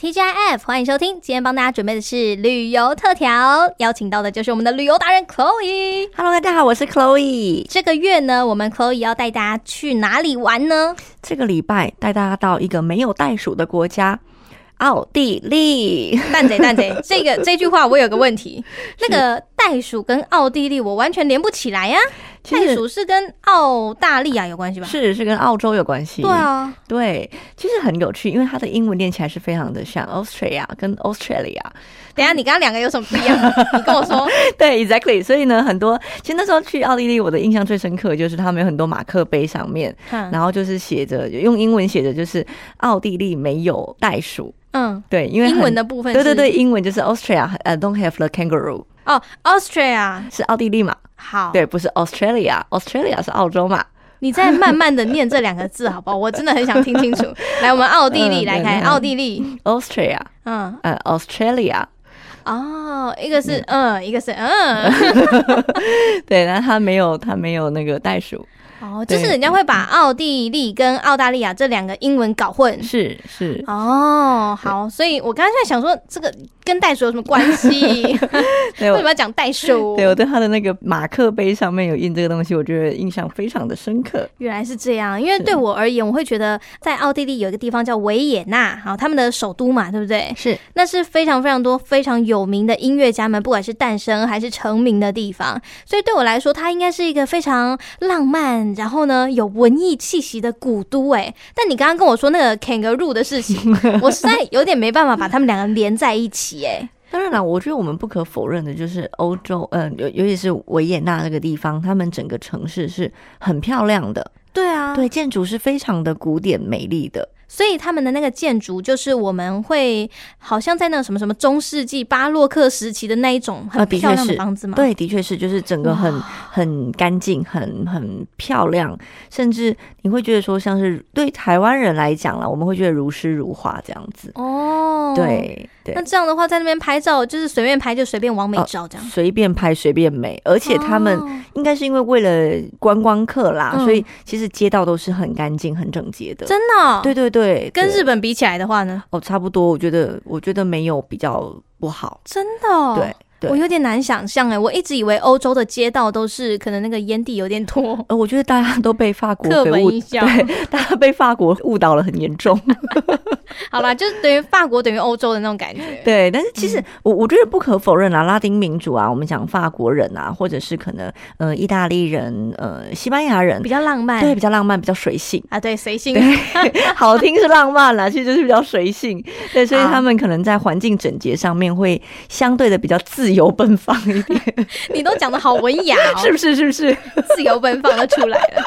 TGIF，欢迎收听。今天帮大家准备的是旅游特调，邀请到的就是我们的旅游达人 Chloe。 Hello，大家好，我是 Chloe。这个月呢，我们 Chloe 要带大家去哪里玩呢？ 这个礼拜带大家到一个没有袋鼠的国家——奥地 利。蛋贼蛋贼，这个这句话我有个问题，那个袋鼠跟奥地利我完全连不起来呀、啊其袋实鼠是跟澳大利亚有关系吧？是是跟澳洲有关系。对，啊，对，其实很有趣，因为它的英文念起来是非常的像 Austria 跟 Australia。 等一下你刚刚两个有什么不一样？你跟我说，对，exactly。所以呢，很多其实那时候去奥地利，我的印象最深刻就是他们有很多马克杯上面，嗯然后就是写着用英文写着，就是奥地利没有袋鼠。嗯，对，因为英很文。的部分对是对对，英文就是 Austria，呃、d o n t have the kangaroo，哦，Austria 是奥地利嘛？好，对，不是 Australia，Australia 是澳洲嘛？你再慢慢的念这两个字好不好？我真的很想听清 楚。来，我们奥地利嗯来看对对奥地利， Austria，嗯，呃，Australia，哦，一个是嗯，一个是嗯，对，但它没有，它没有那个袋鼠，哦，就是对人家会把奥地利跟澳大利亚这两个英文搞混。是是，哦，好，所以我刚才在想说，这个跟袋鼠有什么关系？为 对什么我，要讲袋鼠？对我对它的那个马克杯上面有印这个东西，我觉得印象非常的深刻。原来是这样，因为是对我而言，我会觉得在奥地利有一个地方叫维也纳，好，他们的首都嘛，对不对？哎是那是非常非常多非常有名的音乐家们，不管是诞生还是成名的地方，所以对我来说，它应该是一个非常浪漫，然后呢有文艺气息的古都。哎，但你刚刚跟我说那个 kangaroo 的事情，我实在有点没办法把他们两个连在一起。哎，当然了，我觉得我们不可否认的就是欧洲，嗯、尤尤其是维也纳那个地方，他们整个城市是很漂亮的，对啊，对，建筑是非常的古典美丽的，所以他们的那个建筑，就是我们会好像在那个什么什么中世纪巴洛克时期的那一种很啊的确漂亮的是房子嘛。对，的确是，就是整个很很干净，很很漂亮，甚至你会觉得说，像是对台湾人来讲啦，我们会觉得如诗如画这样子。哦，。对那对，这样的话，在那边拍照就是随便拍就随便往美哦照这样。随便拍随便美，而且他们哦应该是因为为了观光客啦，嗯所以其实街道都是很干净、很整洁的。真的哦、对对对，跟对日本比起来的话呢，哦差不多，我觉得我觉得没有比较不好。真的、哦，对。对我有点难想象哎，我一直以为欧洲的街道都是可能那个烟蒂有点 多， 呃，我觉得大家都被法国刻给板误，印象。对， 大家被法国误导了很严重。好啦，就是等于法国等于欧洲的那种感觉。对，但是其嗯实我我觉得不可否认啦，拉丁民族啊，我们讲法国人啊，或者是可能呃意大利人、呃西班牙人比，较浪漫。，对，比较浪漫，比较随性 啊，对，随性。好听是浪漫啦，其实就是比较随性。对，所以好他们可能在环境整洁上面会相对的比较自由奔放一点，你都讲的好文雅哦， 是不是？是不是？自由奔放都出来了。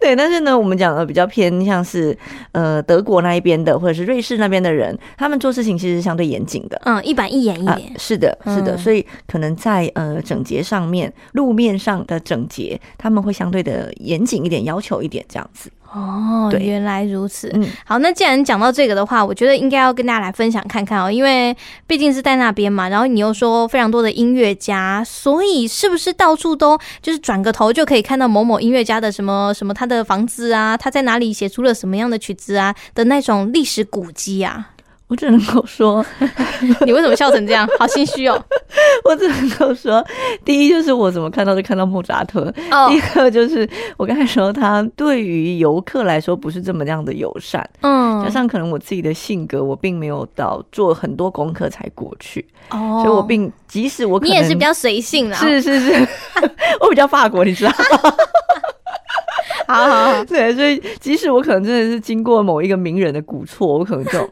对，但是呢，我们讲的比较偏像是呃德国那一边的，或者是瑞士那边的人，他们做事情其实是相对严谨的。嗯，一板一眼一啊点，。是的，是的，嗯所以可能在呃整洁上面，路面上的整洁，他们会相对的严谨一点，要求一点这样子。哦，对原来如此。嗯，好，那既然讲到这个的话，我觉得应该要跟大家来分享看看哦，因为毕竟是在那边嘛，然后你又说非常多的音乐家，所以是不是到处都就是转个头就可以看到某某音乐家的什么什么他的房子啊，他在哪里写出了什么样的曲子啊的那种历史古迹啊？ 我只能够 说，你为什么笑成这样？好心虚 哦。我只能够说，第一就是我怎么看到就看到莫扎特，哦，第二就是我刚才说他对于游客来说不是这么样的友善，加嗯，上可能我自己的性格，我并没有到做很多功课才过去，哦，所以我并即使我可你能也是比较随性啦。是是 是，我比较法国，你知道吗。好好好。 对，所以即使我可能真的是经过某一个名人的鼓错，我可能就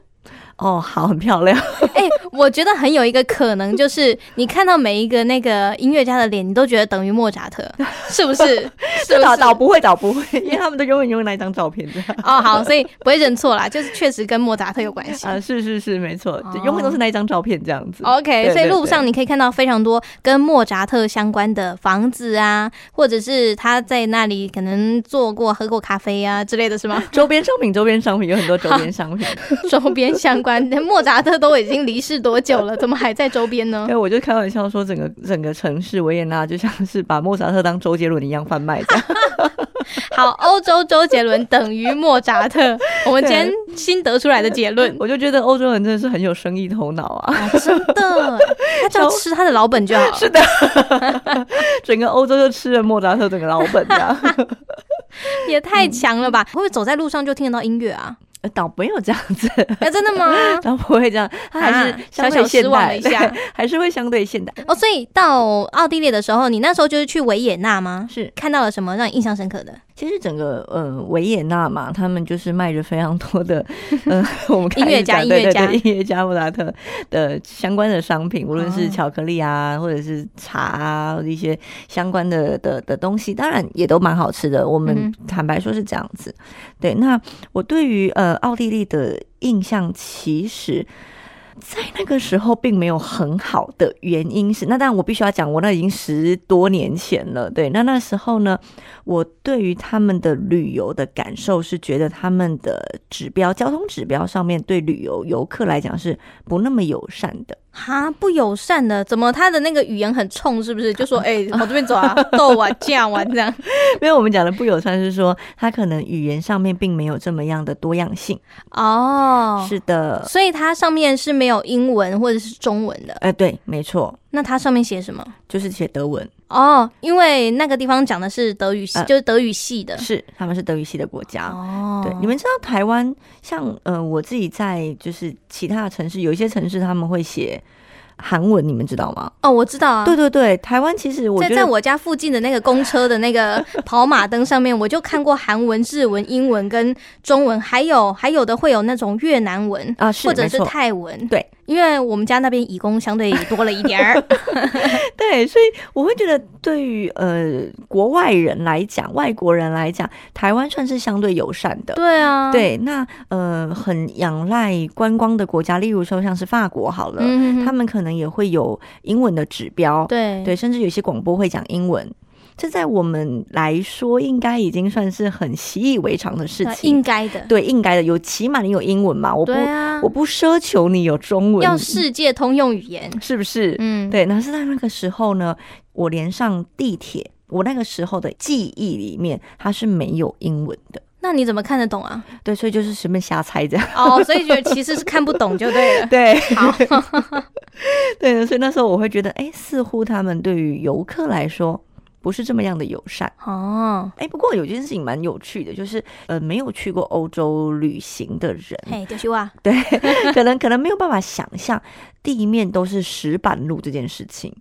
哦，好，很漂亮， 哎、我觉得很有一个可能，就是你看到每一个那个音乐家的脸，你都觉得等于莫扎 特，是不是？是不倒是？倒不会，倒不会，因为他们都永远用那一张照片这样。哦，好，所以不会认错啦，就是确实跟莫扎特有关系。啊，是是是，没错，就永远都是那一张照片这样子。 OK，对所以对路对上你可以看到非常多跟莫扎特相关的房子啊，或者是他在那里可能做过、喝过咖啡啊之类的是 吗？周边商品，周边商品有很多周边商品。 周边相关，莫扎特都已经离世多久了？怎么还在周边呢？ 对，我就开玩笑说，整个整个城市维也纳就像是把莫扎特当周杰伦一样贩卖 这样。好，欧洲周杰伦等于莫扎特，我们今天新得出来的结论。我就觉得欧洲人真的是很有生意头脑啊。啊真的，他只要吃他的老本就好。是的， 整个欧洲就吃了莫扎特整个老本这样。也太强了吧！会不会走在路上就听得到音乐 啊？呃 倒没有这样子，哎、真的吗？ 倒不会这样，他还是啊相小对小现失望代，了一 下还是会相对现代。哦，所以到奥地利的时候，你那时候就是去维也纳吗？是，看到了什么让你印象深刻的？其实整个呃维也纳嘛，他们就是卖着非常多的，嗯、 我们看音乐家一音乐直讲对家对对音乐家莫扎特的相关的商品，无论是哦巧克力啊，或者是茶啊，或者一些相关的的的东西，当然也都蛮好吃的。我们嗯坦白说是这样子。对，那我对于呃奥地利的印象其实。在那个时候并没有很好的原因是，那当然我必须要讲，我那已经十多年前了。对，那那时候呢，我对于他们的旅游的感受是觉得他们的指标、交通指标上面对旅游游客来讲是不那么友善的。哈，不友善的，怎么他的那个语言很冲，是不是？就 说哎，往、这边走啊，逗啊，这样玩这样。因为我们讲的不友善是说，他可能语言上面并没有这么样的多样性。哦，，是的，所以它上面是没有英文或者是中文的，呃，对，没错，那它上面写什么？就是写德文，哦，因为那个地方讲的是德语系，呃就是德语系的。是他们是德语系的国家。哦，啊对，你们知道台湾像呃，我自己在就是其他的城市，有一些城市他们会写韩文，你们知道吗？哦，我知道啊。对对对，台湾其实我在觉在得我家附近的那个公车的那 个跑马灯上面，我就看过韩文、日文、英文跟中文，还有还有的会有那种越南文啊是或者没是错泰文。对，因为我们家那边移工相对多了一点 儿。对，所以我会觉得对于呃国外人来讲，外国人来讲，台湾算是相对友善的。对啊，，对，那呃，很仰赖观光的国家，例如说像是法国好了，嗯，他们们可能也会有英文的指标，对对，甚至有些广播会讲英文，这在我们来说应该已经算是很习以为常的事呃情应。该的。对，应该的，有起码你有英文嘛，我不、对啊我，不奢求你有中文，要世界通用语言。是不是？嗯，对，那是在那个时候呢，我连上地铁，我那个时候的记忆里面它是没有英文的。那你怎么看得懂啊？对，所以就是随便瞎猜这样。。哦，所以觉得其实是看不懂就对了 对好，对，所以那时候我会觉得，哎，似乎他们对于游客来说不是这么样的友善。哦，哎，不过有件事情蛮有趣的，就是呃，没有去过欧洲旅行的人，嘿，就是哇，可能可能没有办法想象地面都是石板路这件事情。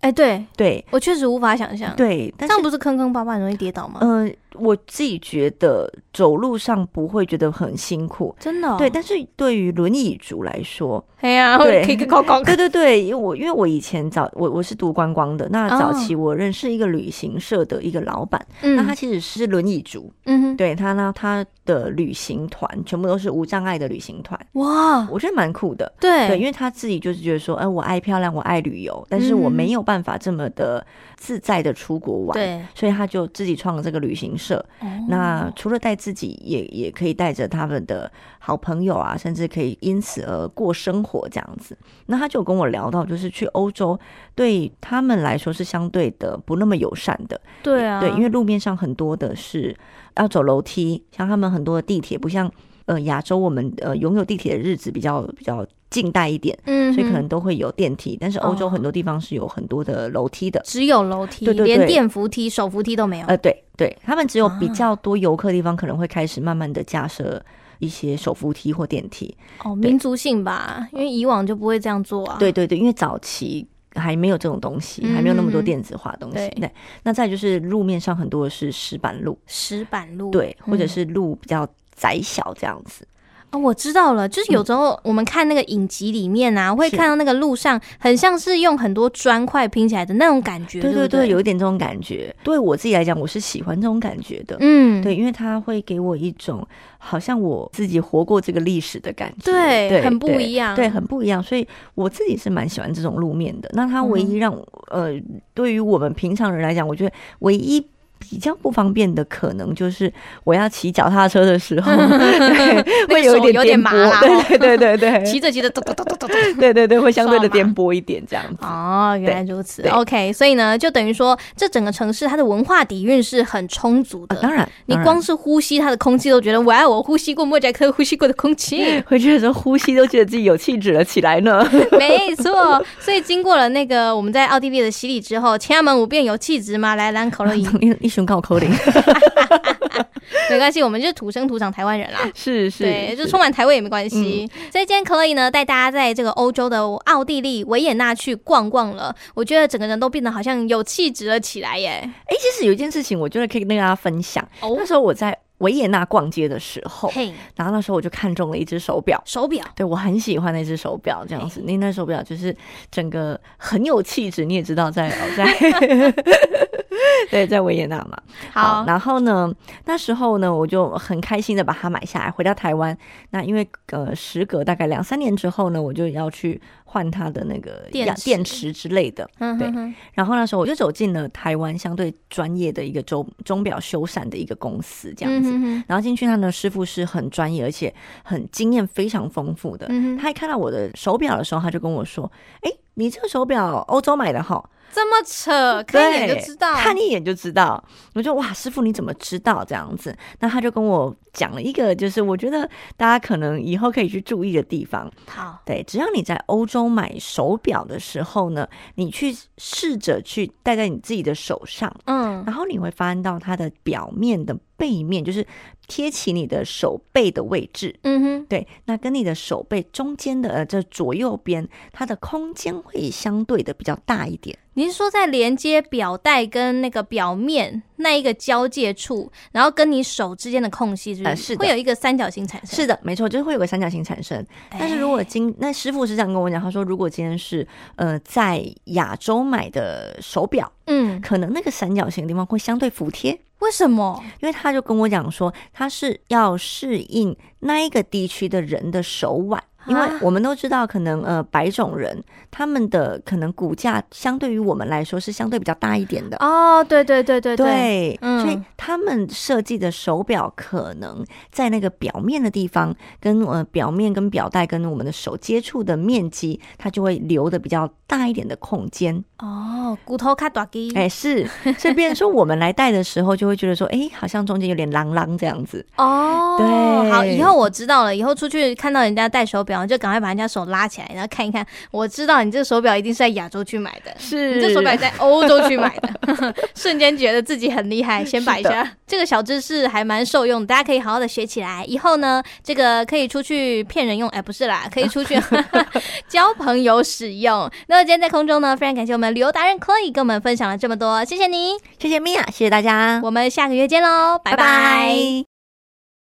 哎，对对我确实无法想象，对，但这是样不是坑坑巴巴很容易跌倒吗？嗯、我自己觉得走路上不会觉得很辛苦。真的哦，对，但是对于轮椅族来说，哎呀，对我 K K 高高对对对，因为我因为我以前早我我是读观光的，那哦早期我认识一个旅行社的一个老板，那他嗯其实是轮椅族，嗯哼，对他呢，他的旅行团全部都是无障碍的旅行团，哇，我觉得蛮酷的。对，因哦对，为他自己就是觉得说，哎、我爱漂亮，我爱旅游，但是嗯我没有办法这么的自在的出国玩，对，所以他就自己创了这个旅行社。哦那除了带自己，也也可以带着他们的好朋友啊，甚至可以因此而过生活这样子。那他就跟我聊到，就是去欧洲对他们来说是相对的不那么友善的，对啊，对，因为路面上很多的是要走楼梯，像他们很多的地铁，不像呃亚洲我们呃拥有地铁的日子比较比较近代一点，嗯哼，所以可能都会有电梯，但是欧洲哦很多地方是有很多的楼梯的。只有楼梯，对对对连电扶梯、手扶梯都没有。呃，对对，他们只有比啊较多游客的地方，可能会开始慢慢的架设一些手扶梯或电梯。哦，对民族性吧，因为以往就不会这样做啊。对，对对，因为早期还没有这种东西，还没有那么多电子化的东西。嗯对对，那再就是路面上很多的是石板路，石板路，对，嗯或者是路比较窄小这样子。哦，我知道了，就是有时候我们看那个影集里面啊，会嗯是看到那个路上很像是用很多砖块拼起来的那种感觉，对对对不对，有一点这种感觉。对我自己来讲，我是喜欢这种感觉的。嗯，对，因为它会给我一种好像我自己活过这个历史的感觉，对很不一样对，很不一样。所以我自己是蛮喜欢嗯这种路面的。那它唯一让、呃，对于我们平常人来讲，我觉得唯一比较不方便的，可能就是我要骑脚踏车的 时候，对会有一点有点颠麻啦簸，对对对对 对，骑啊着骑着，咚咚咚咚咚咚。对对对，会相对的刷麻颠簸一点这样子。哦，原来如此。对 OK，所以呢，就等于说，这整个城市它的文化底蕴是很充足的。啊当然，你当然，光是呼吸它的空气都觉得，哇，我呼吸过莫扎克呼吸过的空气 回去的时候呼吸都觉得自己有气质了起来呢。没错。所以经过了那个我们在奥地利的洗礼之后，前门舞变有气质吗？来兰口了， 一一胸口口令，没关系，我们就是土生土长台湾人啦。是是，嗯对， 就是充满台味也没关系。所以今天 Chloe 呢，带大家在这个欧洲的奥地利维也纳去逛逛了，我觉得整个人都变得好像有气质了起来耶。哎、其实有一件事情，我觉得可以跟大家分享。哦那，时候我在维也纳逛街的时候，嘿，然后那时候我就看中了一只手表。手表。对，我很喜欢那只手表，这样子。那那手表就是整个很有气质，你也知道 在，在 对，在维也纳嘛。好，然后呢，那时候呢，我就很开心的把它买下来，回到台湾。那因为呃，时隔大概两三年之后呢，我就要去换它的那个电呀池电池之类的。嗯对哼哼，然后那时候我就走进了台湾相对专业的一个钟钟表修缮的一个公司，这样嗯子。哼哼然后进去，他的师傅是很专业，而且很经验非常丰富的。嗯哼，他一看到我的手表的时候，他就跟我说：“哎、你这个手表欧洲买的哈，这么扯， 看一眼就对知道。看一眼就知道。”我就哇，师傅你怎么知道这样子？那他就跟我讲了一个，就是我觉得大家可能以后可以去注意的地方。好，对，只要你在欧洲买手表的时候呢，你去试着去戴在你自己的手上，嗯，然后你会发现到它的表面的背面，就是贴起你的手背的位置。嗯哼，对，那跟你的手背中间的呃这左右边，它的空间会相对的比较大一点。您说在连接表带跟那个表面那一个交界处，然后跟你手之间的空隙，是不呃是？是的会有一个三角形产生。是的，没错，就是会有个三角形产生。哎，但是如果今那师傅是这样跟我讲，他说如果今天是呃在亚洲买的手表，嗯，可能那个三角形的地方会相对服帖。为什么？因为他就跟我讲说，他是要适应那一个地区的人的手腕，因为啊我们都知道，可能呃白种人他们的可能骨架相对于我们来说是相对比较大一点的。哦，对对对对对，嗯所以他们设计的手表可能在那个表面的地方，跟呃表面跟表带跟我们的手接触的面积，它就会留的比较大一点的空间。哦，骨头卡短机，哎、是，所以变成说我们来戴的时候，就会觉得说，哎、好像中间有点啷啷这样子。哦，对好，以后我知道了，以后出去看到人家戴手表，就赶快把人家手拉起来，然后看一看，我知道你这手表一定是在亚洲去买的。是你这手表在欧洲去买的， 瞬间觉得自己很厉害。先摆一下这个小知识，还蛮受用的，大家可以好好的学起来。以后呢，这个可以出去骗人用，哎，不是啦，可以出 去交朋友使用。那么今天在空中呢，非常感谢我们旅游达人 Chloe 跟我们分享了这么多，谢谢你。谢谢米娅，谢谢大家，我们下个月见喽，拜拜